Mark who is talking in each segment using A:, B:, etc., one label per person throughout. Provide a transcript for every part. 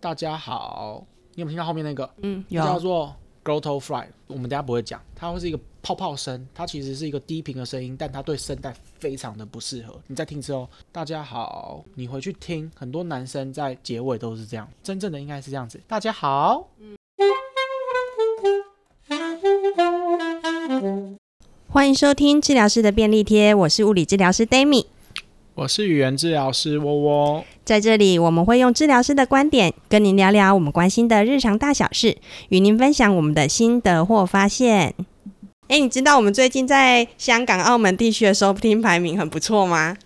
A: 大家好，你有没有听到后面那个
B: 嗯，
A: 叫
B: 有
A: 做 Grotto Fly？我们等一下不会讲，它会是一个泡泡声，它其实是一个低频的声音，但它对声带非常的不适合。你再听一次哦。大家好，你回去听，很多男生在结尾都是这样，真正的应该是这样子。大家好，
B: 欢迎收听治疗师的便利贴，我是物理治疗师 d a m i
A: 我是语言治疗师窝窝。
B: 在这里我们会用治疗师的观点跟您聊聊我们关心的日常大小事，与您分享我们的心得或发现。哎，你知道我们最近在香港、澳门地区的收听排名很不错吗？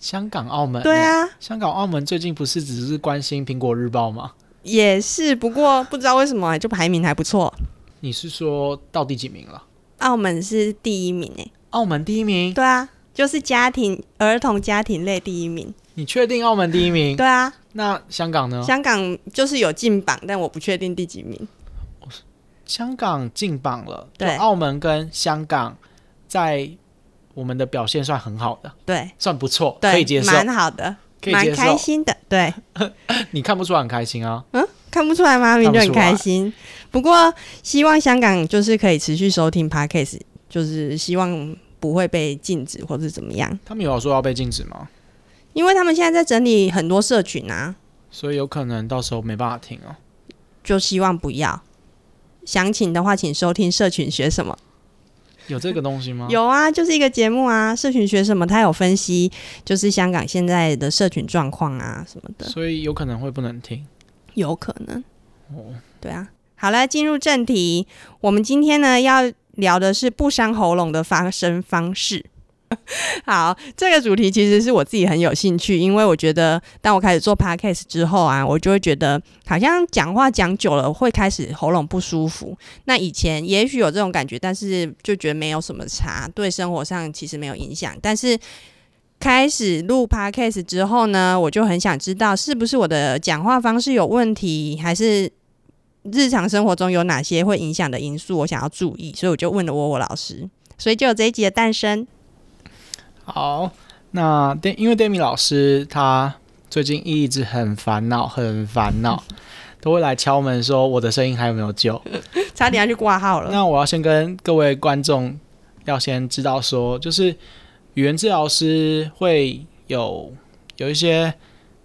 A: 香港、澳门，
B: 对，啊，
A: 香港、澳门最近不是只是关心《苹果日报》吗？
B: 也是，不过不知道为什么就排名还不错，
A: 你是说到第几名了？
B: 澳门是第一名哎。
A: 澳门第一名？
B: 对啊，就是家庭儿童家庭类第一名。
A: 你确定澳门第一名？
B: 对啊，
A: 那香港呢？
B: 香港就是有进榜，但我不确定第几名。
A: 香港进榜了，
B: 对
A: 就澳门跟香港在我们的表现算很好的，
B: 对，
A: 算不错，
B: 对，
A: 可以接受，
B: 蛮好的，
A: 可以
B: 蛮
A: 接
B: 开
A: 受。
B: 心的。对，
A: 你看不出来很开心啊？
B: 嗯，看不出来吗？明明就很开心。不过希望香港就是可以持续收听 Podcast，就是希望不会被禁止或是怎么样，
A: 他们有说要被禁止吗？
B: 因为他们现在在整理很多社群啊，
A: 所以有可能到时候没办法听哦。
B: 就希望不要。详情的话，请收听社群学什么。
A: 有这个东西吗？
B: 有啊，就是一个节目啊，社群学什么，它有分析，就是香港现在的社群状况啊什么的，
A: 所以有可能会不能听。
B: 有可能。
A: 哦，
B: 对啊，好了，进入正题，我们今天呢要聊的是不伤喉咙的发声方式。 好，这个主题其实是我自己很有兴趣，因为我觉得当我开始做 podcast 之后啊，我就会觉得好像讲话讲久了会开始喉咙不舒服。那以前也许有这种感觉，但是就觉得没有什么差，对生活上其实没有影响。但是开始录 podcast 之后呢，我就很想知道是不是我的讲话方式有问题，还是日常生活中有哪些会影响的因素，我想要注意，所以我就问了我我老师，所以就有这一集的诞生。
A: 好，那 d 因为 Demi 老师他最近一直很烦恼，很烦恼，都会来敲门说我的声音还有没有救。
B: 差点要去挂号了。
A: 那我要先跟各位观众要先知道说，就是语言治疗师会有呃有一些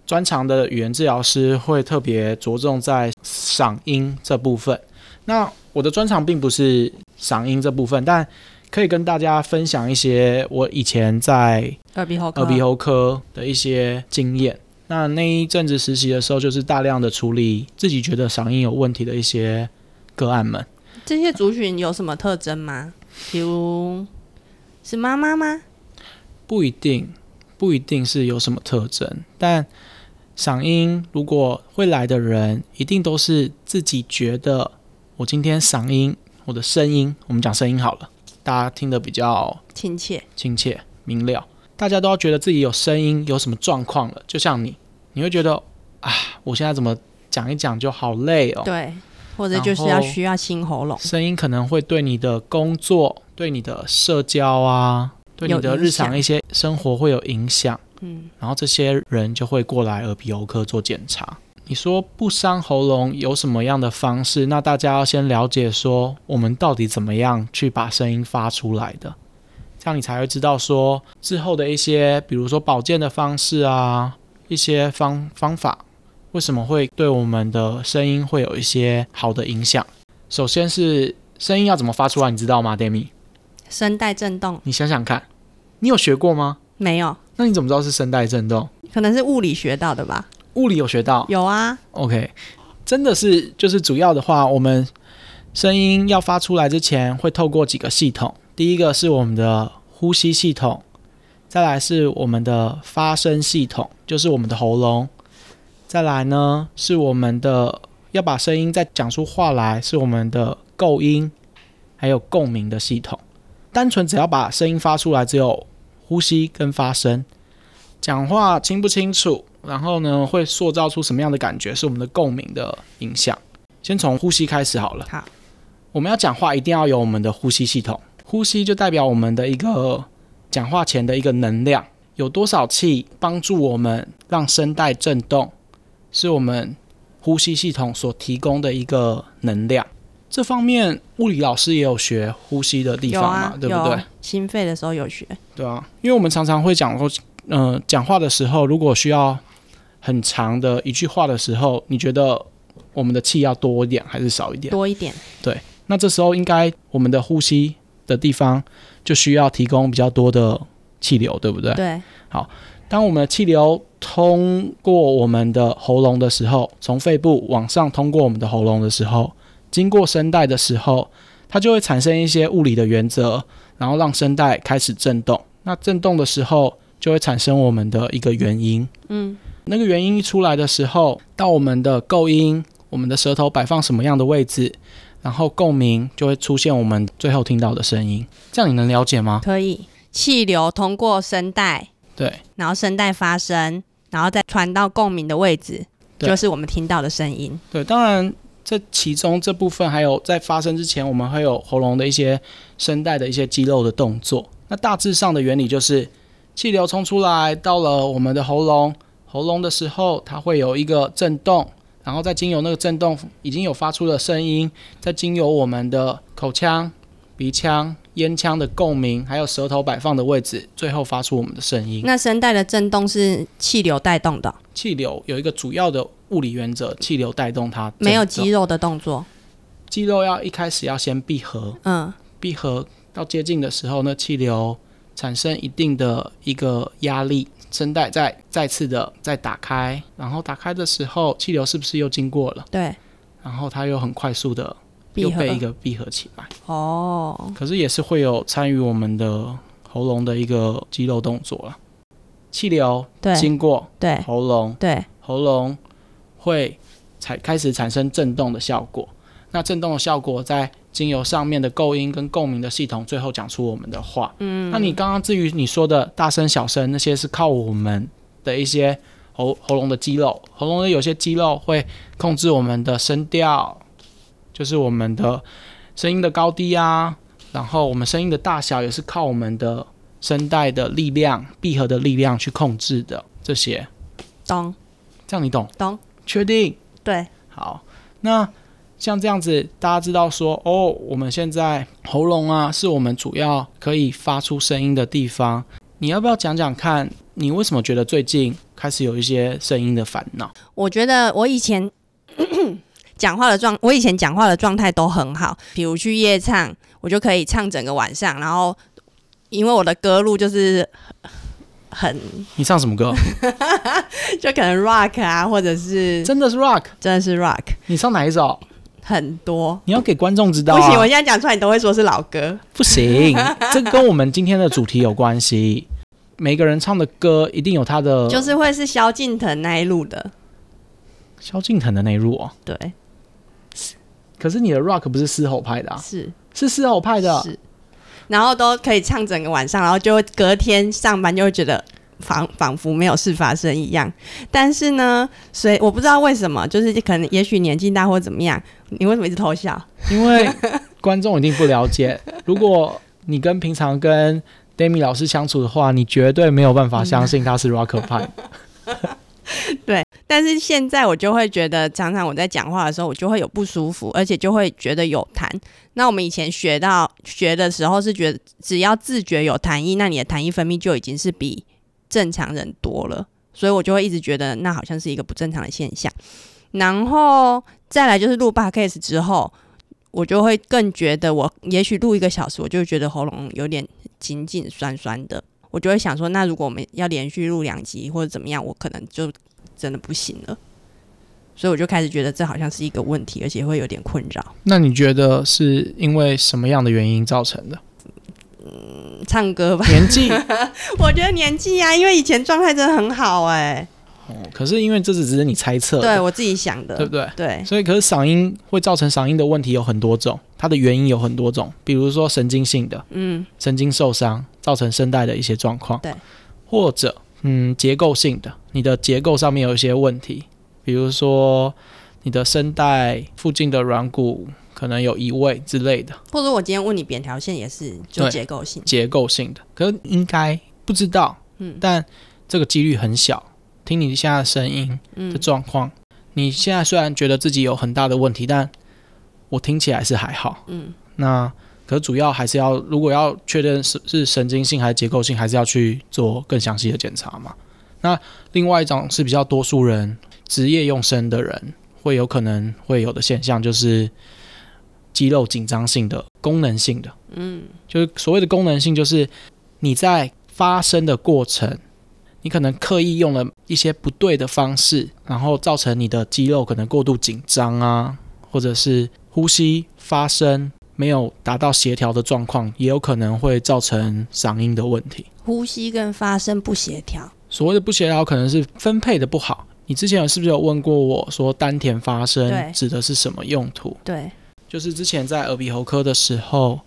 A: 专长的语言治疗师会特别着重在嗓音这部分。那我的专长并不是嗓音这部分，但可以跟大家分享一些我以前在
B: 耳鼻喉科，
A: 耳鼻喉科的一些经验。那那一阵子实习的时候，就是大量的处理自己觉得嗓音有问题的一些个案们。
B: 这些族群有什么特征吗？比如是妈妈吗？
A: 不一定，不一定是有什么特征，但嗓音如果会来的人，一定都是自己觉得我今天嗓音，我的声音，我们讲声音好了，大家听得比较
B: 亲切，
A: 亲切明了。大家都要觉得自己有声音有什么状况了，就像你，你会觉得啊，我现在怎么讲一讲就好累哦。
B: 对，或者就是要
A: 然后
B: 需要清喉咙，
A: 声音可能会对你的工作、对你的社交啊、对你的
B: 有影响
A: 日常一些生活会有影响。
B: 嗯，
A: 然后这些人就会过来耳鼻喉科做检查。你说不伤喉咙有什么样的方式？那大家要先了解说，我们到底怎么样去把声音发出来的，这样你才会知道说之后的一些，比如说保健的方式啊，一些方方法，为什么会对我们的声音会有一些好的影响？首先是声音要怎么发出来，你知道吗，Demi？
B: 声带震动
A: 你想想看，你有学过吗？
B: 没有，
A: 那你怎么知道是声带震动？
B: 可能是物理学到的吧？
A: 物理有学到，
B: 有啊，
A: OK，真的是就是主要的话，我们声音要发出来之前，会透过几个系统。第一个是我们的呼吸系统，再来是我们的发声系统，就是我们的喉咙。再来呢，是我们的要把声音再讲出话来，是我们的构音，还有共鸣的系统。单纯只要把声音发出来，只有呼吸跟发声，讲话清不清楚，然后呢会塑造出什么样的感觉，是我们的共鸣的影响。先从呼吸开始好了。
B: 好，
A: 我们要讲话一定要有我们的呼吸系统，呼吸就代表我们的一个呃讲话前的一个能量，有多少气帮助我们让声带震动，是我们呼吸系统所提供的一个能量。这方面物理老师也有学呼吸的地
B: 有
A: 方嘛，
B: 啊，
A: 对不
B: 有
A: 对？
B: 心肺的时候有学，
A: 对啊，因为我们常常会讲说，嗯、讲话的时候如果需要很长的一句话的时候，你觉得我们的气要多一点还是少一点？
B: 多一点，
A: 那这时候应该我们的呼吸的地方就需要提供比较多的气流，对不对？
B: 对，
A: 当我们的气流通过我们的喉咙的时候，从肺部往上通过我们的喉咙的时候，经过声带的时候，它就会产生一些物理的原则，然后让声带开始震动。那震动的时候，就会产生我们的一个元音。
B: 嗯，
A: 那个元音一出来的时候，到我们的构音，我们的舌头摆放什么样的位置，然后共鸣就会出现我们最后听到的声音。这样你能了解吗？
B: 可以。气流通过声带，
A: 对，
B: 然后声带发声，然后再传到共鸣的位置，
A: 对
B: 就是我们听到的声音。
A: 对，当然这其中这部分还有在发生之前，我们会有喉咙的一些声带的一些肌肉的动作。那大致上的原理就是，气流冲出来到了我们的喉咙，喉咙的时候它会有一个震动，然后再经由那个震动已经有发出的声音，再经由我们的口腔、鼻腔、咽腔的共鸣，还有舌头摆放的位置，最后发出我们的声音。
B: 那声带的震动是气流带动的，
A: 气流有一个主要的物理原则，气流带动它震动，
B: 没有肌肉的动作。
A: 肌肉要一开始要先闭合，
B: 嗯，
A: 闭合到接近的时候呢，气流产生一定的一个压力，声带再再次的再打开，然后打开的时候，气流是不是又经过了？
B: 对，
A: 然后它又很快速的又
B: 闭合
A: 被。一个闭合起来，
B: 哦，
A: 可是也是会有参与我们的喉咙的一个肌肉动作了。气流
B: 对
A: 经过
B: 对
A: 喉咙，
B: 对，
A: 喉咙会才开始产生震动的效果。那震动的效果在经由上面的构音跟共鸣的系统，最后讲出我们的话。嗯，那你刚刚至于你说的大声、小声，那些是靠我们的一些喉喉咙的肌肉，喉咙的有些肌肉会控制我们的声调，就是我们的声音的高低啊，然后我们声音的大小也是靠我们的声带的力量、闭合的力量去控制的。这些，
B: 咚
A: 这样你懂？
B: 咚，
A: 确定？
B: 对，
A: 好，那像这样子，大家知道说，哦，我们现在喉咙啊，是我们主要可以发出声音的地方。你要不要讲讲看，你为什么觉得最近开始有一些声音的烦恼？
B: 我觉得我以前 讲话的状，我以前讲话的状态都很好，比如去夜唱，我就可以唱整个晚上，然后因为我的歌路就是很
A: 你唱什么 歌？
B: 就可能 rock 啊，或者是
A: 真的是 rock？
B: 真的是 rock
A: 你唱哪一首？
B: 很多。
A: 你要给观众知道、
B: 不行，我
A: 啊。
B: 现在讲出来你都会说是老歌。
A: 不 行，这跟我们今天的主题有关系。每个人唱的歌一定有他的，
B: 就是会是萧敬腾那一路的，
A: 萧敬腾的那一路哦。
B: 对，
A: 可是你的 rock 不是嘶吼派的、啊，
B: 是
A: 是嘶吼派的。
B: 是，然后都可以唱整个晚上，然后就隔天上班就会觉得仿仿佛没有事发生一样。但是呢，所以我不知道为什么，就是可能也许年纪大或怎么样，你为什么一直偷笑？
A: 因为观众一定不了解。 如果你跟平常跟 Demi 老师相处的话，你绝对没有办法相信他是 Rock 派。
B: 但是现在我就会觉得，常常我在讲话的时候，我就会嗯有不舒服，而且就会觉得有痰。那我们以前学到学的时候是觉得，只要自觉有痰液，那你的痰液分泌就已经是比正常人多了，所以我就会一直觉得那好像是一个不正常的现象。然后再来就是录 podcast 之后，我就会更觉得我也许录一个小时，我就会觉得喉咙有点紧紧酸酸的。我就会想说，那如果我们要连续录两集或者怎么样，我可能就真的不行了，所以我就开始觉得这好像是一个问题，而且会有点困扰。
A: 那你觉得是因为什么样的原因造成的？
B: 嗯唱歌吧，
A: 年纪？
B: 我觉得年纪啊，因为以前状态真的很好哎、
A: 哦可是因为这只只是你猜测
B: 对
A: 的，
B: 我自己想
A: 对
B: 的
A: 不，对？
B: 对
A: 所以，可是嗓音会造成嗓音的问题有很多种，它的原因有很多种，比如说神经性的，
B: 嗯，
A: 神经受伤造成声带的一些状况，
B: 对，
A: 或者嗯结构性的，你的结构上面有一些问题，比如说你的声带附近的软骨可能有移位之类的，
B: 或者我今天问你扁条线也是就
A: 对
B: 结构性，
A: 结构性的，可是应该不知道，
B: 嗯嗯
A: 但这个几率很小。听你现在的声音的状况，你现在虽然觉得自己有很大的问题，但我听起来是还好。
B: 嗯，
A: 那可主要还是要，如果要确认是是神经性还是结构性，还是要去做更详细的检查嘛。那另外一种是比较多数人职业用身的人会有可能会有的现象，就是肌肉紧张性的功能性的。
B: 嗯
A: 就是所谓的功能性，就是你在发生的过程，你可能刻意用了一些不对的方式，然后造成你的肌肉可能过度紧张啊，或者是呼吸发声没有达到协调的状况，也有可能会造成嗓音的问题。
B: 呼吸跟发声不协调。
A: 所谓的不协调，可能是分配的不好。你之前有是不是有问过我说丹田发
B: 对
A: 声指的是什么用途？
B: 对，
A: 就是之前在耳鼻喉科的时候，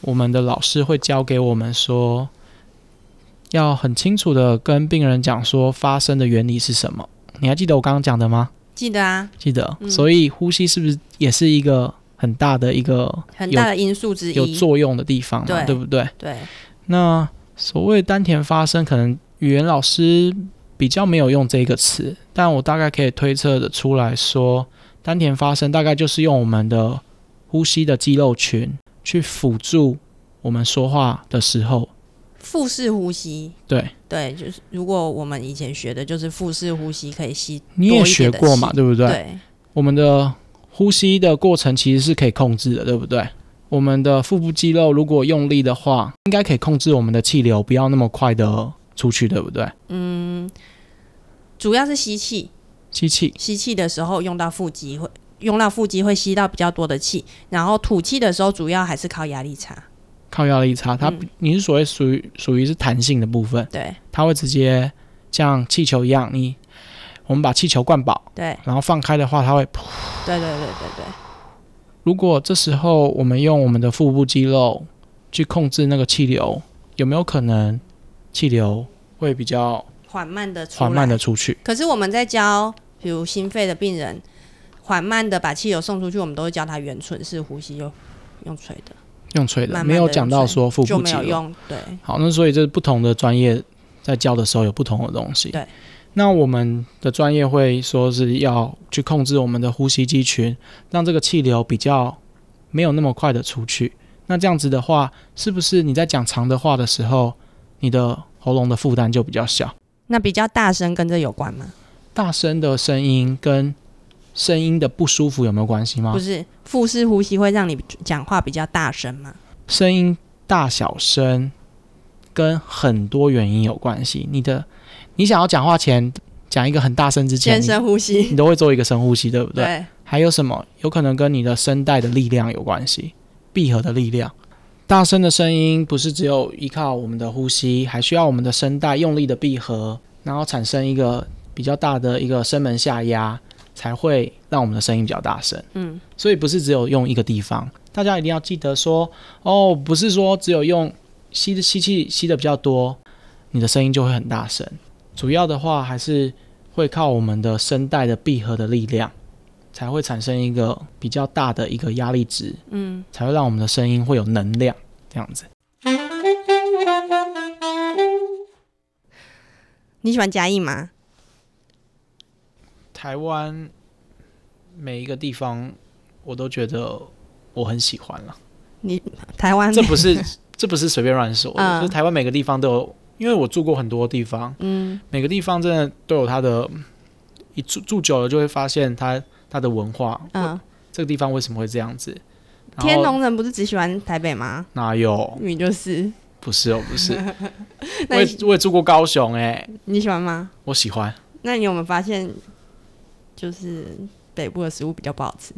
A: 我们的老师会教给我们说，要很清楚的跟病人讲说发声的原理是什么。你还记得我刚刚讲的吗？
B: 记得啊，
A: 记得。
B: 嗯
A: 所以呼吸是不是也是一个很大的一个
B: 很大的因素之
A: 有
B: 一。
A: 作用的地方嘛？
B: 对
A: 对不对？
B: 对，
A: 那所谓丹田发声，可能语言老师比较没有用这个词，但我大概可以推测的出来说，丹田发声大概就是用我们的呼吸的肌肉群去辅助我们说话的时候，
B: 腹式呼吸。
A: 对，
B: 对，就是如果我们以前学的就是腹式呼吸，可以吸
A: 你
B: 多
A: 也
B: 一
A: 学
B: 点的
A: 过嘛，
B: 气
A: 对不对？
B: 对，
A: 我们的呼吸的过程其实是可以控制的，对不对？我们的腹部肌肉如果用力的话，应该可以控制我们的气流不要那么快的出去，对不对？
B: 嗯，主要是吸气，
A: 吸气，
B: 吸气的时候用到腹肌会用到腹肌会吸到比较多的气，然后吐气的时候主要还是靠压力差。
A: 靠压力差，它
B: 嗯
A: 你是所谓属于属于是弹性的部分，
B: 对
A: 它会直接像气球一样，你我们把气球灌饱，
B: 对
A: 然后放开的话，它会。噗
B: 对对对对对，
A: 如果这时候我们用我们的腹部肌肉去控制那个气流，有没有可能气流会比较
B: 缓慢的出来。
A: 缓慢的出去？
B: 可是我们在教，比如心肺的病人，缓慢的把气流送出去，我们都会教他圆唇式呼吸，就用吹的，
A: 用吹的，
B: 慢慢地
A: 没有讲到说腹
B: 就
A: 部
B: 没
A: 肌
B: 有
A: 肉。
B: 用。对，
A: 好，那所以这是不同的专业在教的时候有不同的东西。
B: 对，
A: 那我们的专业会说是要去控制我们的呼吸肌群，让这个气流比较没有那么快的出去。那这样子的话，是不是你在讲长的话的时候，你的喉咙的负担就比较小？
B: 那比较大声跟这有关吗？
A: 大声的声音跟声音的不舒服有没有关系吗
B: 不？是，腹式呼吸会让你讲话比较大声吗？
A: 声音大小声跟很多原因有关系。你的你想要讲话前讲一个很大声之前，
B: 先
A: 你
B: 深呼吸。
A: 你都会做一个深呼吸， 对不对？
B: 对，
A: 还有什么有可能跟你的声带的力量有关系？闭合的力量。大声的声音不是只有依靠我们的呼吸，还需要我们的声带用力的闭合，然后产生一个比较大的一个声门下压，才会让我们的声音比较大声。
B: 嗯，
A: 所以不是只有用一个地方，大家一定要记得说，哦，不是说只有用吸的吸气吸的比较多，你的声音就会很大声。主要的话还是会靠我们的声带的闭合的力量，才会产生一个比较大的一个压力值，
B: 嗯，
A: 才会让我们的声音会有能量这样子。
B: 你喜欢嘉义吗？
A: 台湾每一个地方我都觉得我很喜欢了，
B: 台湾
A: 这不是这不是随便乱说的，
B: 嗯
A: 就是台湾每个地方都有，因为我住过很多地方，
B: 嗯，
A: 每个地方真的都有它的，一住住久了就会发现它它的文化，
B: 嗯，
A: 这个地方为什么会这样子？然后
B: 天龙人不是只喜欢台北吗？
A: 哪有？
B: 你就是，
A: 不是哦，不 是，我
B: 那
A: 也
B: 你
A: 我也住过高雄哎、
B: 你喜欢吗？
A: 我喜欢
B: 那你有没有发现，就是北部的食物比较不好吃，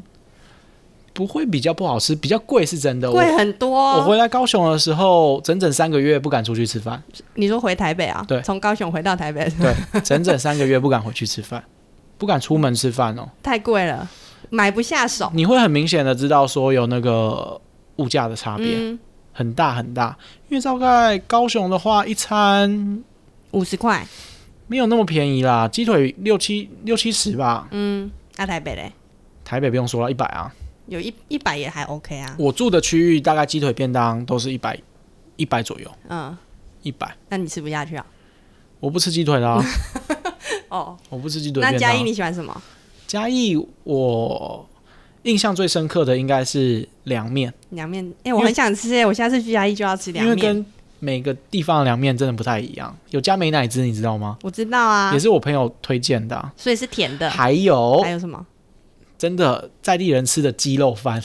A: 不会比较不好吃，比较贵是真的。呃我
B: 贵很多哦、
A: 我回来高雄的时候，整整三个月不敢出去吃饭，
B: 你说回台北啊？
A: 对
B: 从高雄回到台北，
A: 对，整整三个月不敢回去吃饭， 不敢出门吃饭哦。
B: 太贵了，买不下手。
A: 你会很明显的知道说有那个物价的差别、
B: 嗯，
A: 很大很大，因为大概高雄的话，一餐
B: 五十块。
A: 没有那么便宜啦，鸡腿六七六七十吧，
B: 嗯，那、台北嘞，
A: 台北不用说了，一百啊。
B: 有一一百也还 OK 啊。
A: 我住的区域大概鸡腿便当都是一百一百左右，
B: 嗯，
A: 一百。
B: 那你吃不下去啊？
A: 我不吃鸡腿啦、啊
B: 哦，
A: 我不吃鸡腿
B: 那
A: 便
B: 嘉义
A: 当。
B: 你喜欢什么？
A: 嘉义我印象最深刻的应该是凉面，
B: 凉面，哎、我很想吃哎、我下次去嘉义就要吃
A: 因
B: 凉
A: 为
B: 面。
A: 跟每个地方的凉面真的不太一样。有加美乃滋，你知道吗？
B: 我知道啊
A: 也，是我朋友推荐的啊、
B: 所以是甜的。
A: 还有
B: 还有什么？
A: 真的在地人吃的鸡肉饭，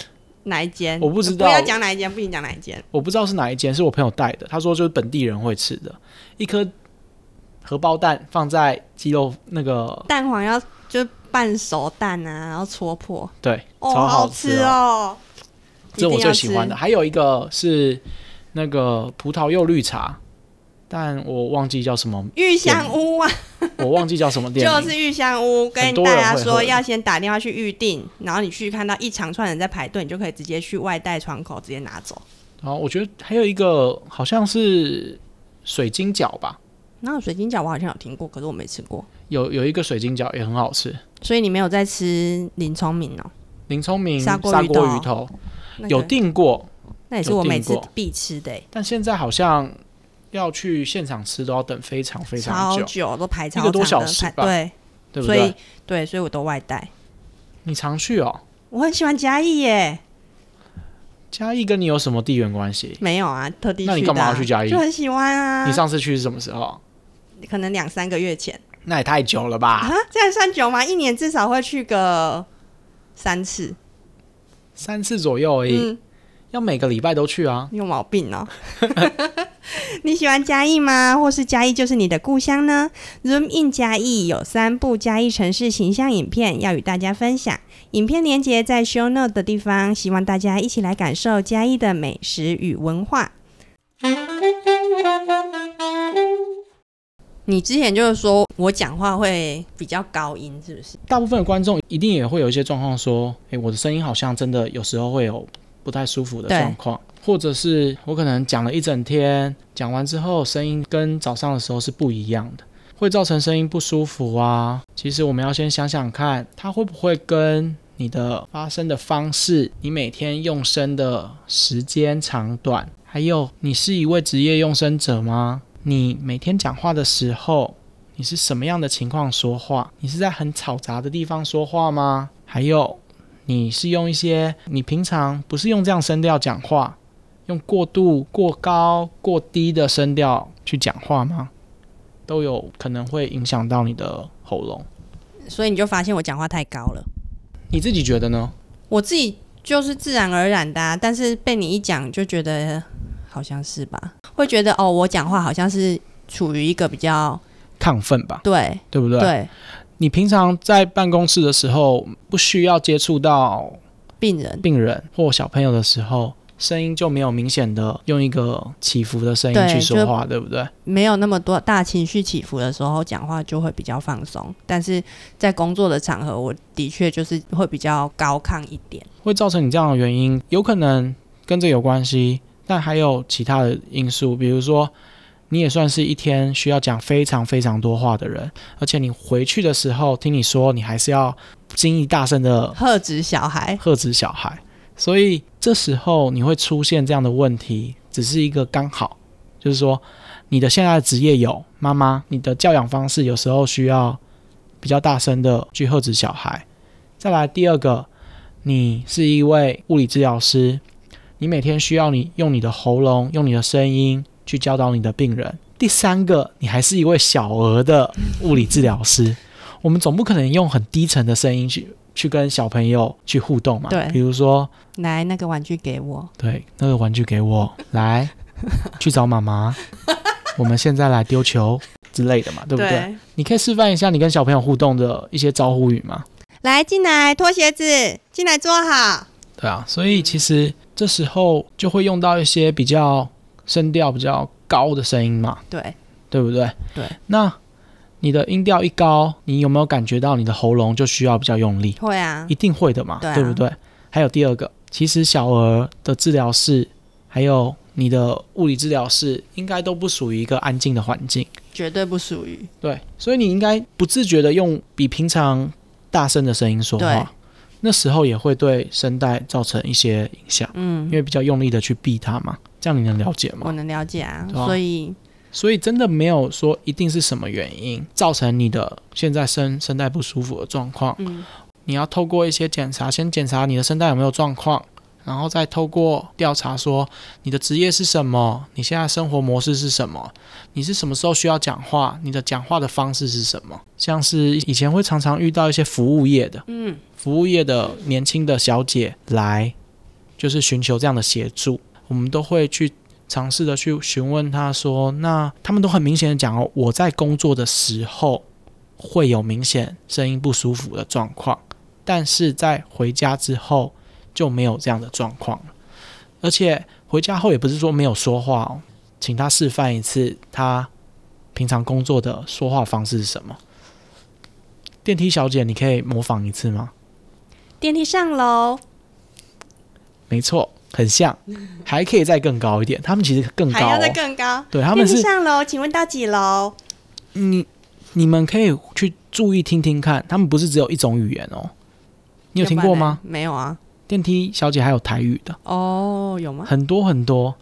B: 哪一间？
A: 我不知道
B: 不要讲哪一间，不行讲哪一间。
A: 我不知道是哪一间，是我朋友带的。他说就是本地人会吃的，一颗荷包蛋放在鸡肉那个，
B: 蛋黄要就是半熟蛋啊，然后戳破，
A: 对，
B: 哦，
A: 超
B: 好
A: 吃哦
B: 哦。
A: 这是我
B: 一定
A: 最
B: 要
A: 喜欢
B: 吃
A: 的。。还有一个是那个葡萄柚绿茶，但我忘记叫什么，
B: 玉香屋啊，
A: 我忘记叫什么店名。
B: 就是玉香屋，
A: 很
B: 跟
A: 多
B: 大
A: 人
B: 家
A: 会喝
B: 说
A: 的
B: 要先打电话去预定，然后你去看到一长串人在排队，你就可以直接去外带窗口直接拿走。
A: 然后我觉得还有一个好像是水晶饺吧，
B: 然后水晶饺我好像有听过，可是我没吃过，
A: 有有一个水晶饺也很好吃。
B: 所以你没有在吃林聪明哦。
A: 林聪明
B: 砂
A: 砂
B: 锅
A: 锅
B: 鱼
A: 鱼
B: 头
A: 头
B: 那
A: 有
B: 个，
A: 订过，
B: 那也是
A: 有
B: 我每
A: 订
B: 次
A: 过
B: 必吃的欸、
A: 但现在好像要去现场吃都要等非常非常
B: 超
A: 久，
B: 久都排超
A: 个
B: 长
A: 多
B: 的
A: 小时
B: 排
A: 吧
B: 对，
A: 对不
B: 所以
A: 对？
B: 对，所以我都外带。
A: 你常去哦。
B: 我很喜欢嘉义耶，
A: 嘉义跟你有什么地缘关系？
B: 没有啊，特地去的、
A: 那
B: 啊。
A: 你干嘛要去嘉义
B: 就很喜欢啊。
A: 你上次去是什么时候？
B: 可能两三个月前
A: 那也太久了吧
B: 啊？，这样算久吗？一年至少会去个三次。
A: 三次左右而已，
B: 嗯，
A: 要每个礼拜都去啊。
B: 你有毛病哦。 你喜欢嘉义吗？或是嘉义就是你的故乡呢？Zoom in 嘉义有三部嘉义城市形象影片要与大家分享，影片连接在 show note 的地方，希望大家一起来感受嘉义的美食与文化。你之前就是说我讲话会比较高音，是不是？
A: 大部分的观众一定也会有一些状况，说，诶，我的声音好像真的有时候会有不太舒服的
B: 对
A: 状况，或者是我可能讲了一整天，讲完之后声音跟早上的时候是不一样的，会造成声音不舒服啊。其实我们要先想想看，它会不会跟你的发声的方式、你每天用声的时间长短，还有你是一位职业用声者吗？你每天讲话的时候，你是什么样的情况说话？你是在很嘈杂的地方说话吗？还有，你是用一些你平常不是用这样声调讲话，用过度、过高、过低的声调去讲话吗？都有可能会影响到你的喉咙。
B: 所以你就发现我讲话太高了。
A: 你自己觉得呢？
B: 我自己就是自然而然的、啊，但是被你一讲就觉得好像是吧，会觉得哦，我讲话好像是处于一个比较
A: 亢奋吧，
B: 对
A: 对不对？
B: 对
A: 你平常在办公室的时候，不需要接触到
B: 病人，
A: 病人或小朋友的时候，声音就没有明显的用一个起伏的声音
B: 对
A: 去说
B: 就
A: 话，对不对？
B: 没有那么多大情绪起伏的时候，讲话就会比较放松，但是在工作的场合，我的确就是会比较高亢一点。
A: 会造成你这样的原因，有可能跟这有关系，但还有其他的因素，比如说你也算是一天需要讲非常非常多话的人，而且你回去的时候听你说，你还是要不经意大声的
B: 喝止小孩，
A: 呵止小孩，所以这时候你会出现这样的问题，只是一个刚好，就是说你的现在的职业有妈妈，你的教养方式有时候需要比较大声的去呵止小孩。再来第二个，你是一位物理治疗师，你每天需要你用你的喉咙、用你的声音去教导你的病人。第三个，你还是一位小儿的物理治疗师，我们总不可能用很低沉的声音去去跟小朋友去互动嘛。
B: 对
A: 比如说，
B: 来那个玩具给我，
A: 对，那个玩具给我，来去找妈妈，我们现在来丢球之类的嘛，对不对？你可以示范一下你跟小朋友互动的一些招呼语吗？
B: 来进来脱鞋子，进来坐好，
A: 对啊，所以其实这时候就会用到一些比较声调比较高的声音嘛，
B: 对，
A: 对不对？
B: 对。
A: 那你的音调一高，你有没有感觉到你的喉咙就需要比较用力？
B: 会啊
A: 一，定会的嘛，
B: 对啊
A: 不对？还有第二个，其实小儿的治疗室，还有你的物理治疗室，应该都不属于一个安静的环境，
B: 绝对不属于，
A: 对，所以你应该不自觉的用比平常大声的声音说
B: 对
A: 话，那时候也会对声带造成一些影响，
B: 嗯
A: 因，为比较用力的去避它嘛，这样你能了解吗
B: 我？能了解啊，
A: 对啊
B: 所以
A: 所以真的没有说一定是什么原因造成你的现在声声带不舒服的状况，
B: 嗯
A: 你要透过一些检查，先检查你的声带有没有状况，然后再透过调查说你的职业是什么，你现在生活模式是什么，你是什么时候需要讲话，你的讲话的方式是什么。像是以前会常常遇到一些服务业的，嗯，服务业的年轻的小姐来，就是寻求这样的协助，我们都会去。尝试的去询问她说，那他们都很明显的讲哦，我在工作的时候会有明显声音不舒服的状况，但是在回家之后就没有这样的状况了。而且回家后也不是说没有说话哦，请他示范一次他平常工作的说话方式是什么。电梯小姐，你可以模仿一次吗？
B: 电梯上楼，
A: 没错，很像，还可以再更高一点。他们其实更
B: 还
A: 高、
B: 要
A: 哦
B: 再，更嗯高。
A: 对他
B: 电
A: 们
B: 梯
A: 是
B: 上楼，请问到几楼？
A: 你你们可以去注意听听看，他们不是只有一种语言哦。你有听过吗？
B: 要不然呢？没有啊。
A: 电梯小姐还有台语的，
B: 哦，有吗？
A: 很多很多，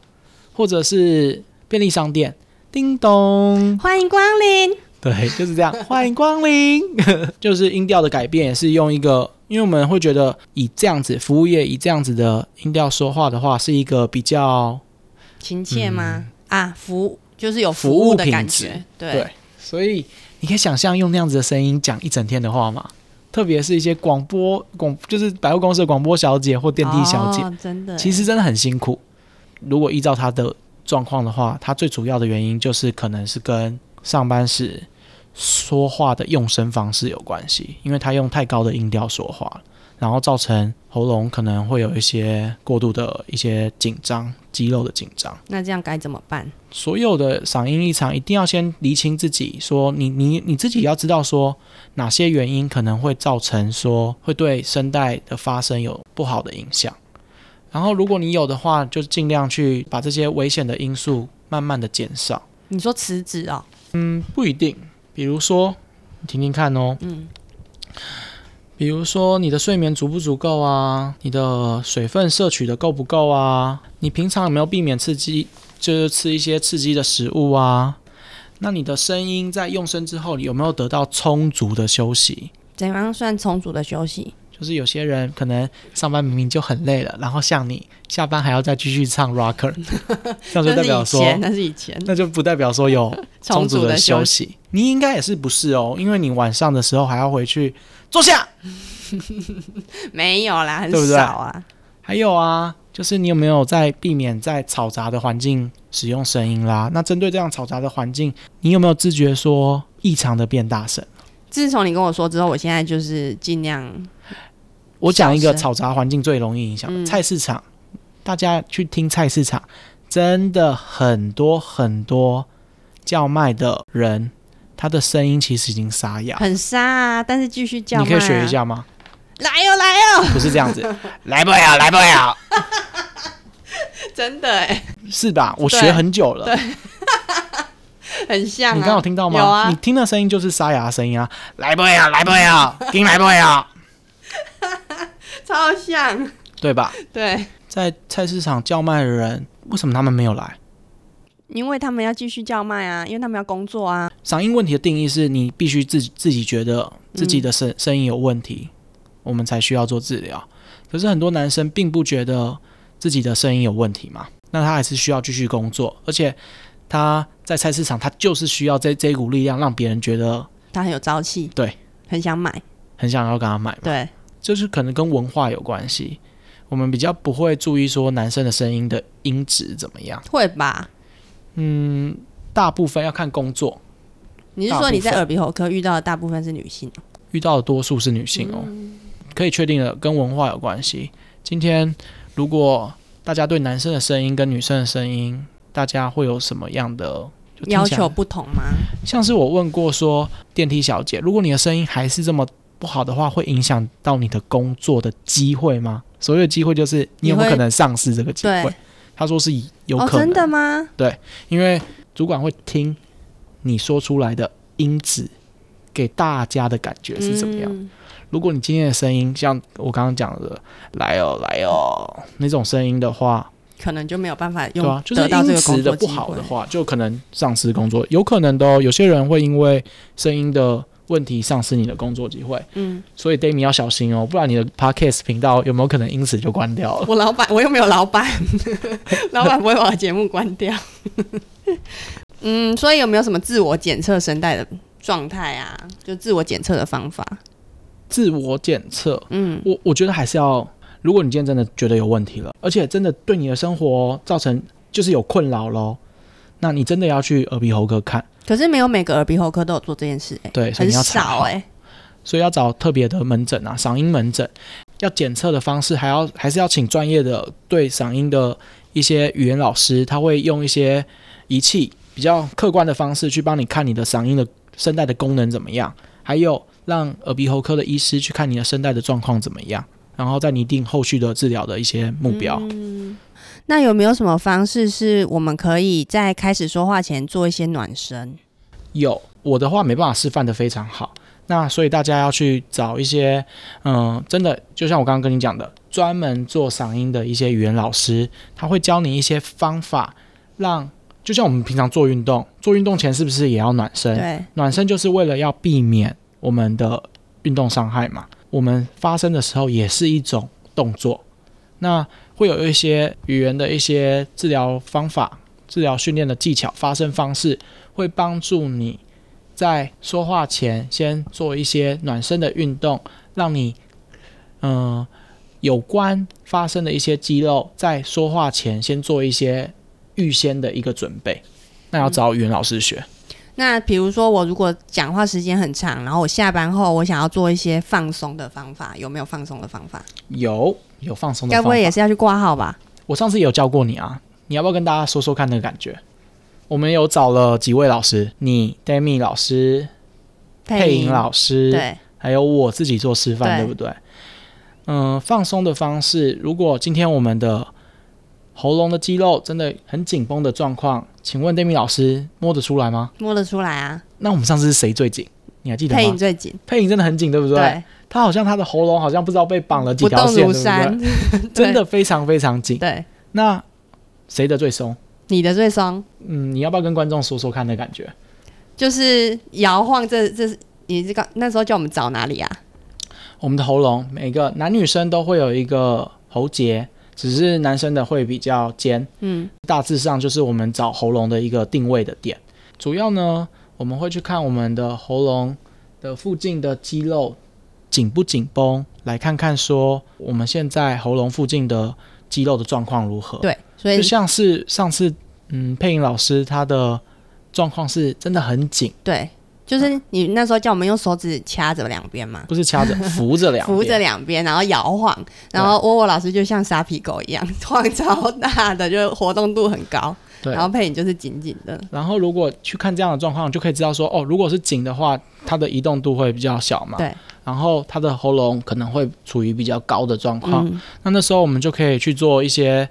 A: 或者是便利商店，叮咚，
B: 欢迎光临。
A: 对，就是这样， 欢迎光临， 就是音调的改变也是用一个，因为我们会觉得以这样子服务业以这样子的音调说话的话，是一个比较
B: 亲切吗？啊，服就是有
A: 嗯服务
B: 务的
A: 品
B: 感
A: 质
B: 觉，
A: 对，所以你可以想象用那样子的声音讲一整天的话吗？特别是一些广播广，就是百货公司的广播小姐或电梯小姐，
B: 哦真的
A: 其
B: 实
A: 实真的很辛苦。如果依照他的状况的话，他最主要的原因就是可能是跟上班时说话的用声方式有关系，因为他用太高的音调说话，然后造成喉咙可能会有一些过度的一些紧张，肌肉的紧张。
B: 那这样该怎么办？
A: 所有的嗓音异常一定要先厘清自己，说你你你自己要知道说哪些原因可能会造成说会对声带的发声有不好的影响。然后如果你有的话，就尽量去把这些危险的因素慢慢的减少。
B: 你说辞职哦，
A: 嗯，不一定。比如说，你听听看哦。嗯。比如说，你的睡眠足不足够啊？你的水分摄取的够不够啊？你平常有没有避免刺激，就是吃一些刺激的食物啊？那你的声音在用声之后，你有没有得到充足的休息？
B: 怎样算充足的休息？
A: 就是有些人可能上班明明就很累了，然后像你下班还要再继续唱 rocker，这样就代表说
B: 那是以前，那是以前
A: 那就不代表说有充足
B: 足
A: 的休
B: 休息。
A: 息。你应该也是不是哦？因为你晚上的时候还要回去坐下。
B: 没有啦，很
A: 对不对
B: 少啊。
A: 还有啊，就是你有没有在避免在嘈杂的环境使用声音啦？那针对这样嘈杂的环境，你有没有自觉说异常的变大声？
B: 自从你跟我说之后，我现在就是尽量
A: 我讲一个
B: 小
A: 嘈杂环境最容易影响的、
B: 嗯
A: 菜市场，大家去听菜市场，真的很多很多叫卖的人，他的声音其实已经沙哑。
B: 很沙啊，但是继续叫、啊。
A: 你可以学一，下吗？
B: 来哟、来哦哟、
A: 不是这样子，来不了，来不了，
B: 真的哎，
A: 是吧？我
B: 对
A: 学很久了，
B: 很像、啊。
A: 你刚好听到吗？
B: 有啊
A: 你听的声音就是沙哑的声音啊，来不了，来不了，听来不了，
B: 超像，
A: 对吧？
B: 对，
A: 在菜市场叫卖的人，为什么他们没有来？
B: 因为他们要继续叫卖啊，因为他们要工作啊。
A: 嗓音问题的定义是你必须自己自己觉得自己的声、声音有问题，我们才需要做治疗。可是很多男生并不觉得自己的声音有问题嘛，那他还是需要继续工作，而且他在菜市场，他就是需要这这一股力量，让别人觉得
B: 他很有朝气，
A: 对，
B: 很想买，
A: 很想要跟他买嘛。
B: 对，
A: 就是可能跟文化有关系。我们比较不会注意说男生的声音的音质怎么样，
B: 会吧？
A: 大部分要看工作，
B: 你是说你在
A: 大部分
B: 耳鼻喉科遇到的大部分是女性？
A: 遇到的多数是女性哦，
B: 嗯
A: 可以确定的跟文化有关系。今天如果大家对男生的声音跟女生的声音，大家会有什么样的就听起来
B: 要求不同吗？
A: 像是我问过说，电梯小姐，如果你的声音还是这么不好的话，会影响到你的工作的机会吗？所谓的机会就是你有没有
B: 你会
A: 可能丧失这个机会
B: 对？，
A: 她说是有
B: 哦，
A: 可能
B: 真，的吗？
A: 因为主管会听你说出来的音质给大家的感觉是怎么样。
B: 嗯
A: 如果你今天的声音像我刚刚讲的“来哦来哦”那种声音的话，
B: 可能就没有办法
A: 对
B: 用、
A: 啊，就是
B: 得到这
A: 音
B: 个
A: 质
B: 工
A: 的
B: 作
A: 不
B: 机
A: 好的
B: 会。
A: 话，就可能丧失工作，有可能的哦。有些人会因为声音的问题丧失你的工作机会。
B: 嗯，
A: 所以 d a m i 要小心哦，不然你的 Podcast 频道有没有可能因此就关掉了？
B: 我老板我又没有老板， 老板不会把我节目关掉。 嗯，所以有没有什么自我检测声带的状态啊？就自我检测的方法。
A: 自我检测，
B: 嗯
A: 我我觉得还是要，如果你今天真的觉得有问题了，而且真的对你的生活造成就是有困扰咯，那你真的要去耳鼻喉科看，
B: 可是没有每个耳鼻喉科都有做这件事、欸，
A: 对，所以
B: 很
A: 你要查
B: 少
A: 好
B: 哎、
A: 所以要找特别的门诊啊，嗓音门诊。要检测的方式还要还是要请专业的对嗓音的一些语言老师，他会用一些仪器比较客观的方式去帮你看你的嗓音的声带的功能怎么样，还有让耳鼻喉科的医师去看你的声带的状况怎么样，然后再拟定后续的治疗的一些目标。
B: 那有没有什么方式是我们可以在开始说话前做一些暖身？
A: 有我的话没办法示范的非常好，那所以大家要去找一些，嗯，真的就像我刚刚跟你讲的，专门做嗓音的一些语言老师，他会教你一些方法，让就像我们平常做运动，做运动前是不是也要暖身？
B: 对，
A: 暖身就是为了要避免我们的运动伤害嘛。我们发声的时候也是一种动作，那会有一些语言的一些治疗方法、治疗训练的技巧、发声方式，会帮助你在说话前先做一些暖身的运动，让你嗯、呃有关发声的一些肌肉在说话前先做一些预先的一个准备。那要找语言老师学，
B: 那比如说我如果讲话时间很长，然后我下班后我想要做一些放松的方法，有没有放松的方法？
A: 有有放松的
B: 该
A: 方
B: 不
A: 法。
B: 会也是要去挂号吧？
A: 我上次有教过你啊，你要不要跟大家说说看那个感觉？我们有找了几位老师，你 Demi 老师、配音老师，
B: 对，
A: 还有我自己做示范，
B: 对
A: 对不对？嗯，放松的方式，如果今天我们的喉咙的肌肉真的很紧绷的状况，请问 Demi 老师摸得出来吗？
B: 摸得出来啊，
A: 那我们上次是谁最紧？你还记得
B: 配音
A: 吗？
B: 最紧，
A: 配影真的很紧，对不对？，啊他好像他的喉咙好像不知道被绑了几
B: 不
A: 条
B: 动
A: 线，对
B: 如
A: 不
B: 山，
A: 对？真的非常非常紧。
B: 对，
A: 那谁的最松？
B: 你的最松
A: 嗯，你要不要跟观众说说看的感觉？
B: 就是摇晃这这是。你这个那时候叫我们找哪里啊？
A: 我们的喉咙，每个男女生都会有一个喉结，只是男生的会比较尖。
B: 嗯，
A: 大致上就是我们找喉咙的一个定位的点。主要呢，我们会去看我们的喉咙的附近的肌肉紧不紧绷，来看看说我们现在喉咙附近的肌肉的状况如何。
B: 对，所以
A: 就像是上次，嗯，配音老师他的状况是真的很紧，
B: 对，
A: 嗯
B: 就是你那时候叫我们用手指掐着两边嘛，
A: 不是掐着 扶着两边，
B: 扶着两边，然后摇晃，然后窝窝老师就像沙皮狗一样 晃超大的，就是活动度很高，
A: 对，
B: 然后配影就是紧紧的，
A: 然后如果去看这样的状况，就可以知道说，哦，如果是紧的话，它的移动度会比较小嘛。
B: 对。
A: 然后它的喉咙可能会处于比较高的状况，
B: 嗯，
A: 那那时候我们就可以去做一些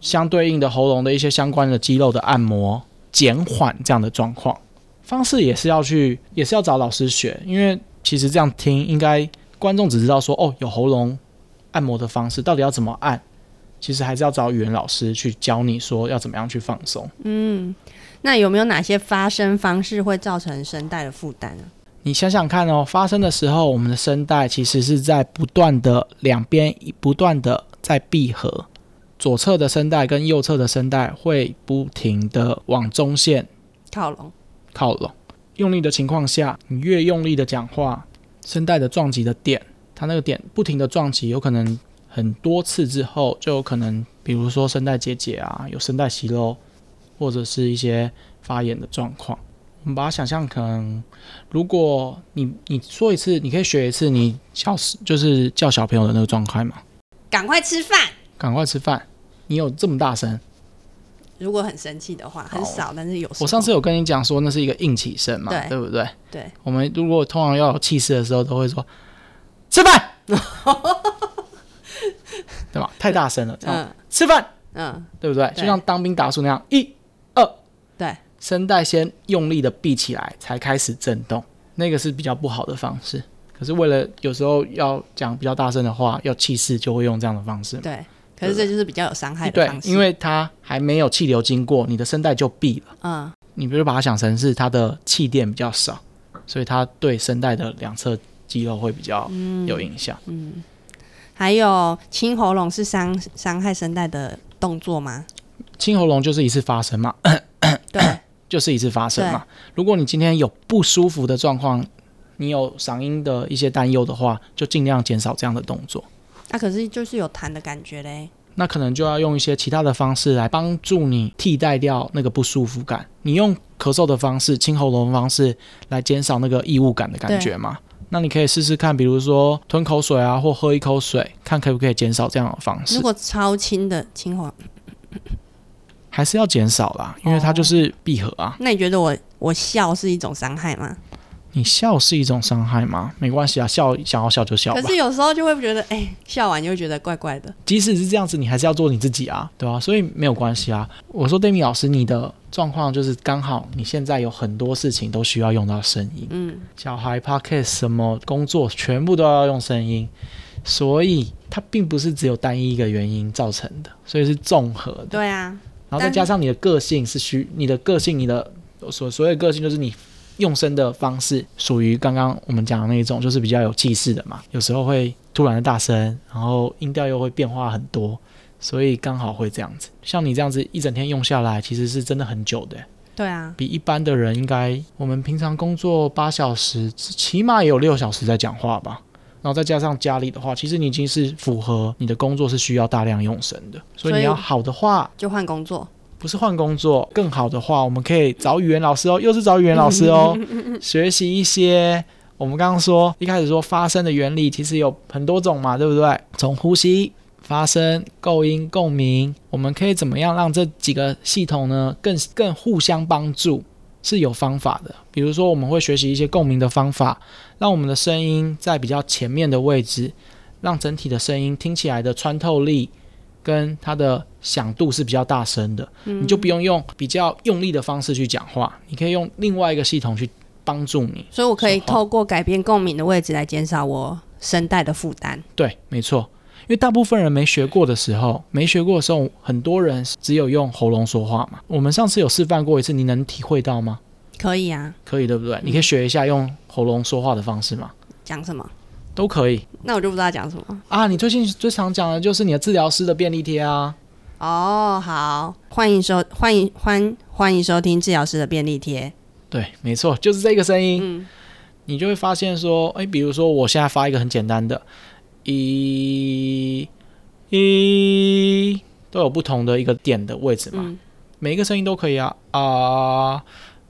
A: 相对应的喉咙的一些相关的肌肉的按摩，减缓这样的状况。方式也是要去，也是要找老师学，因为其实这样听，应该观众只知道说，哦，有喉咙按摩的方式，到底要怎么按？其实还是要找语言老师去教你说要怎么样去放松。
B: 那有没有哪些发声方式会造成声带的负担啊？
A: 你想想看哦，发声的时候，我们的声带其实是在不断的两边不断的在闭合，左侧的声带跟右侧的声带会不停的往中线
B: 靠拢，
A: 靠拢。用力的情况下，你越用力的讲话，声带的撞击的点，它那个点不停的撞击，有可能很多次之后，就有可能，比如说声带结节啊，有声带息肉，或者是一些发炎的状况。我们把它想象，可能如果你你说一次，你可以学一次，你小时就是叫小朋友的那个状态嘛，
B: 赶快吃饭。
A: 赶快吃饭。你有这么大声？
B: 如果很生气的话，很少，但是有时候。
A: 我上次有跟你讲说那是一个硬起声嘛，
B: 对
A: 对不对？
B: 对，
A: 我们如果通常要有气势的时候，都会说吃 饭，对吧？太大声了，这样
B: 嗯
A: 吃饭，
B: 嗯，
A: 对不对？
B: 对
A: 就像当兵打数那样，一、二，
B: 对，
A: 声带先用力的闭起来，才开始震动，那个是比较不好的方式。可是为了有时候要讲比较大声的话，要气势，就会用这样的方式嘛。
B: 对。可是这就是比较有伤害
A: 嗯
B: 的
A: 对
B: 方，式，
A: 因为它还没有气流经过，你的声带就闭了。
B: 嗯，
A: 你比如把它想成是它的气垫比较少，所以它对声带的两侧肌肉会比较有影响。
B: 嗯，还有清喉咙是伤伤害声带的动作吗？
A: 清喉咙就是一次发生嘛，
B: 对，
A: 就是一次发生嘛。如果你今天有不舒服的状况，你有嗓音的一些担忧的话，就尽量减少这样的动作。
B: 那、啊可是就是有痰的感觉嘞。
A: 那可能就要用一些其他的方式来帮助你替代掉那个不舒服感。你用咳嗽的方式、清喉咙的方式来减少那个异物感的感觉嘛？那你可以试试看，比如说吞口水啊，或喝一口水，看可不可以减少这样的方式
B: 如。果超轻的清喉，
A: 还是要减少啦，因为它就是闭合啊。
B: 那你觉得我我笑是一种伤害吗？
A: 你笑是一种伤害吗？没关系啊，笑想要笑就笑吧
B: 可。是有时候就会觉得，哎、笑完就会觉得怪怪的。
A: 即使是这样子，你还是要做你自己啊，对吧、所以没有关系啊。我说 d a m i 老师，你的状况就是刚好你现在有很多事情都需要用到声音，
B: 嗯，
A: 小孩 podcast 什么工作全部都要用声音，所以它并不是只有单一一个原因造成的，所以是综合的。
B: 对啊，
A: 然后再加上你的个性是需，你的个性，你的所所谓的个性就是你。用声的方式属于刚刚我们讲的那一种，就是比较有气势的嘛。有时候会突然的大声，然后音调又会变化很多，所以刚好会这样子。像你这样子一整天用下来，其实是真的很久的。欸
B: 对啊，
A: 比一般的人应该，我们平常工作八小时，起码也有六小时在讲话吧。然后再加上家里的话，其实你已经是符合你的工作是需要大量用神的，所以
B: 所以
A: 你要好的话，
B: 就换工作。
A: 不是换工作，更好的话，我们可以找语言老师哦，又是找语言老师哦，学习一些我们刚刚说一开始说发声的原理，其实有很多种嘛，对不对？从呼吸、发声、构音、共鸣，我们可以怎么样让这几个系统呢更更互相帮助？是有方法的，比如说我们会学习一些共鸣的方法，让我们的声音在比较前面的位置，让整体的声音听起来的穿透力跟它的响度是比较大声的。你就不用用比较用力的方式去讲话，你可以用另外一个系统去帮助你。
B: 所以我可以
A: 说话
B: 透过改变共鸣的位置来减少我声带的负担。
A: 对，没错，因为大部分人没学过的时候，没学过的时候，很多人只有用喉咙说话嘛。我们上次有示范过一次，你能体会到吗？
B: 可以啊，
A: 可以，对不对？你可以学一下用喉咙说话的方式嘛，
B: 讲什么？
A: 都可以
B: 那我就不知道讲什么。
A: 啊。你最近最常讲的就是你的治疗师的便利贴啊。
B: 哦，好，欢迎收欢迎欢欢迎收听治疗师的便利贴。
A: 对，没错，就是这个声音。
B: 嗯
A: 你就会发现说，诶，比如说我现在发一个很简单的，一，一都有不同的一个点的位置嘛，
B: 嗯，
A: 每一个声音都可以啊，啊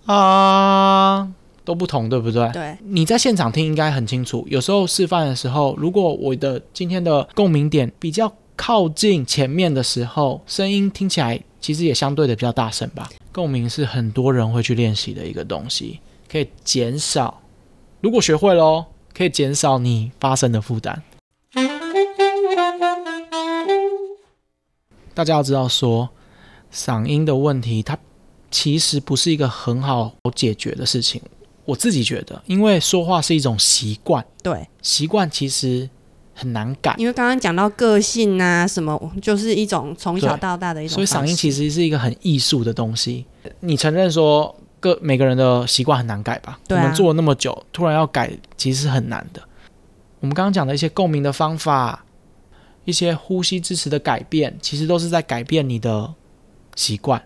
A: 啊都不同，对不对？
B: 对，
A: 你在现场听应该很清楚。有时候示范的时候，如果我的今天的共鸣点比较靠近前面的时候，声音听起来其实也相对的比较大声吧。共鸣是很多人会去练习的一个东西，可以减少。如果学会喽，可以减少你发声的负担。大家要知道说，嗓音的问题它其实不是一个很好解决的事情。我自己觉得，因为说话是一种习惯，
B: 对，
A: 习惯其实很难改，
B: 因为刚刚讲到个性啊，什么就是一种从小
A: 对
B: 到大的一种
A: 所
B: 方
A: 以嗓
B: 式，
A: 音其实是一个很艺术的东西。你承认说各每个人的习惯很难改吧？
B: 对啊
A: 我们做了那么久，突然要改其实是很难的。我们刚刚讲的一些共鸣的方法，一些呼吸支持的改变，其实都是在改变你的习惯，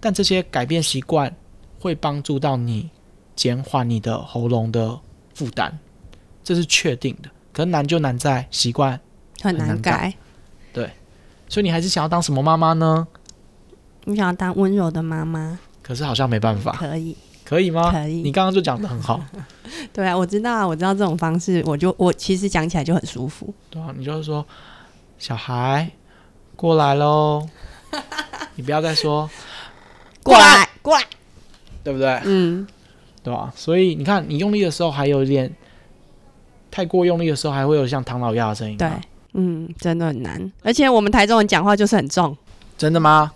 A: 但这些改变习惯会帮助到你减缓你的喉咙的负担，这是确定的。可难就难在习惯，
B: 很难
A: 很难
B: 改。
A: 所以你还是想要当什么妈妈呢？
B: 你想要当温柔的妈妈，
A: 可是好像没办法，
B: 可以，
A: 可以吗？
B: 可以
A: 啊你刚刚就讲的很好，
B: 对啊，我知道啊，我知道这种方式，我就我其实讲起来就很舒服。
A: 对啊，你就是说，小孩过来 喽，你不要再说，
B: 过来，过来，
A: 对不对？
B: 嗯，
A: 对吧、所以你看，你用力的时候还有一点，太过用力的时候还会有像唐老鸭的声音。啊
B: 对，，嗯，真的很难。而且我们台中人讲话就是很重，
A: 真的吗？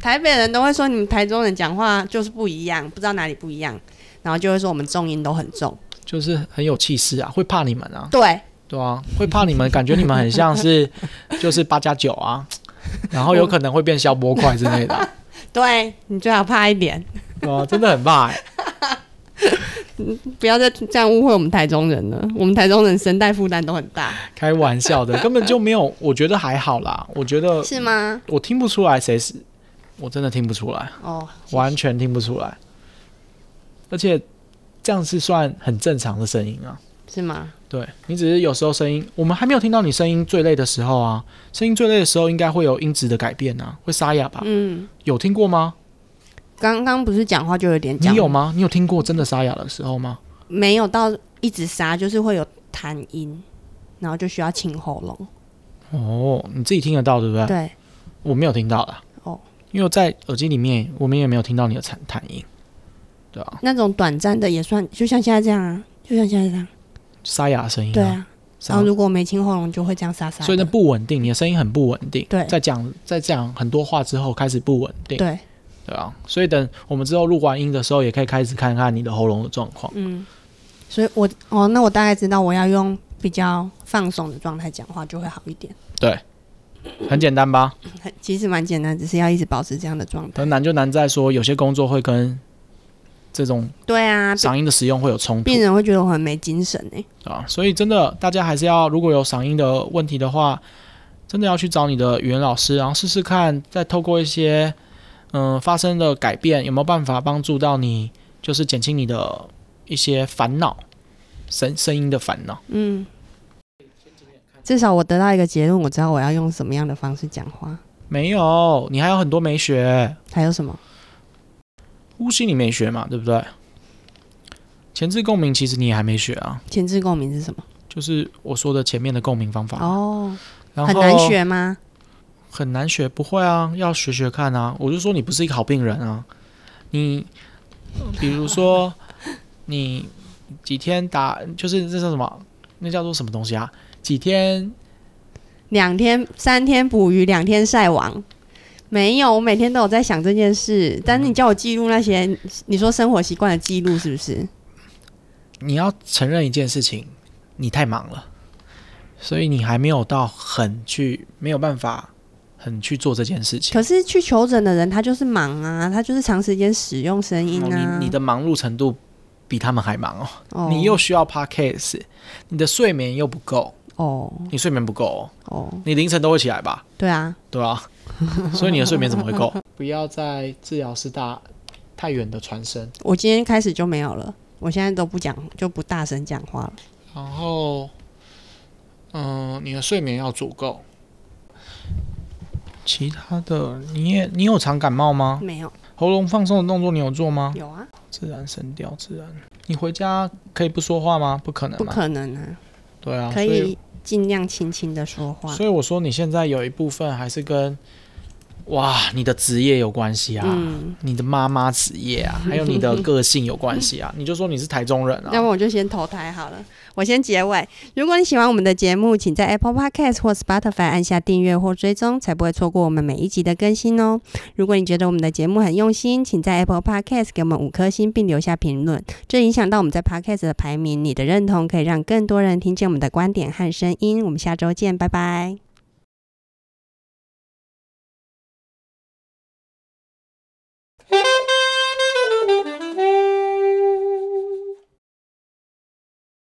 B: 台北人都会说你们台中人讲话就是不一样，不知道哪里不一样，然后就会说我们重音都很重。
A: 就是很有气势啊，会怕你们啊，
B: 对，
A: 对啊，会怕你们，感觉你们很像 是就是八加九啊，然后有可能会变消波块之类的啊、
B: 对你最好怕一点。
A: 对啊，真的很怕、欸。
B: 不要再这样误会我们台中人了。我们台中人声带负担都很大，
A: 开玩笑的，根本就没有，我觉得还好啦，我觉得
B: 是吗？
A: 我听不出来谁是，我真的听不出来，
B: 哦，
A: 完全听不出来，而且这样是算很正常的声音啊。
B: 是吗？
A: 对你只是有时候声音，我们还没有听到你声音最累的时候啊，声音最累的时候应该会有音质的改变啊，会沙哑吧？
B: 嗯，
A: 有听过吗？
B: 刚刚不是讲话就有点
A: 你
B: 讲，
A: 有吗？你有听过真的沙哑的时候吗？
B: 没有到一直杀，就是会有痰音，然后就需要清喉咙。
A: 哦，你自己听得到对不对？
B: 对，
A: 我没有听到啦。
B: 哦，
A: 因为我在耳机里面，我们也没有听到你的惨弹音，对啊，
B: 那种短暂的也算，就像现在这样啊，就像现在这样。
A: 沙哑的声音、
B: 对，啊，
A: 沙哑
B: 然后如果没清喉咙，就会这样沙沙的。
A: 所以那不稳定，你的声音很不稳定。
B: 对
A: 在讲在讲很多话之后开始不稳定，
B: 对，
A: 对啊，所以等我们之后录完音的时候，也可以开始看看你的喉咙的状况。
B: 嗯，所以我哦，那我大概知道我要用比较放松的状态讲话就会好一点。
A: 对，很简单吧？
B: 很其实蛮简单，只是要一直保持这样的状态。
A: 可能难就难在说有些工作会跟这种
B: 对啊，
A: 嗓音的使用会有冲突
B: 病，人会觉得我很没精神哎、
A: 啊，所以真的，大家还是要如果有嗓音的问题的话，真的要去找你的语言老师，然后试试看，再透过一些嗯、发生的改变，有没有办法帮助到你，就是减轻你的一些烦恼，声声音的烦恼。
B: 嗯，至少我得到一个结论，我知道我要用什么样的方式讲话。
A: 没有，你还有很多没学，
B: 还有什么？
A: 呼吸你没学嘛，对不对？前置共鸣其实你也还没学啊，
B: 前置共鸣是什么？
A: 就是我说的前面的共鸣方法，
B: 哦，
A: 然后
B: 很难，学吗？
A: 很难学，不会啊，要学学看啊。我就说你不是一个好病人啊，你比如说你几天打，就是这叫什么？那叫做什么东西啊？几天
B: 两天、三天捕鱼，两天晒网。没有，我每天都有在想这件事。但是你叫我记录那些，你说生活习惯的记录是不是？
A: 你要承认一件事情，你太忙了，所以你还没有到很去，没有办法很去做这件事情。
B: 可是去求诊的人，他就是忙啊，他就是长时间使用声音
A: 哦
B: 啊。
A: 你你的忙碌程度比他们还忙哦，
B: 哦
A: 你又需要 podcast，你的睡眠又不够，
B: 哦
A: 你睡眠不够、哦，
B: 哦，
A: 你凌晨都会起来吧？
B: 对啊，
A: 对啊， 所以你的睡眠怎么会够？不要在治疗师大太远的传声，
B: 我今天开始就没有了，我现在都不讲，就不大声讲话了。
A: 然后，嗯、你的睡眠要足够。其他的，你也你有常感冒吗？
B: 没有，
A: 喉咙放松的动作你有做吗？
B: 有啊，
A: 自然声调，自然。你回家可以不说话吗？不可能
B: 不
A: 嘛。
B: 可能啊，
A: 对啊，
B: 可
A: 所
B: 以尽量轻轻的说话。
A: 所以我说你现在有一部分还是跟哇你的职业有关系啊，
B: 嗯，
A: 你的妈妈职业啊，还有你的个性有关系啊。你就说你是台中人
B: 要
A: 啊，
B: 么我就先投胎好了。我先结尾。如果你喜欢我们的节目，请在 Apple Podcast 或 Spotify 按下订阅或追踪，才不会错过我们每一集的更新哦。如果你觉得我们的节目很用心，请在 Apple Podcast 给我们五颗星并留下评论，这影响到我们在 Podcast 的排名。你的认同可以让更多人听见我们的观点和声音。我们下周见，拜拜。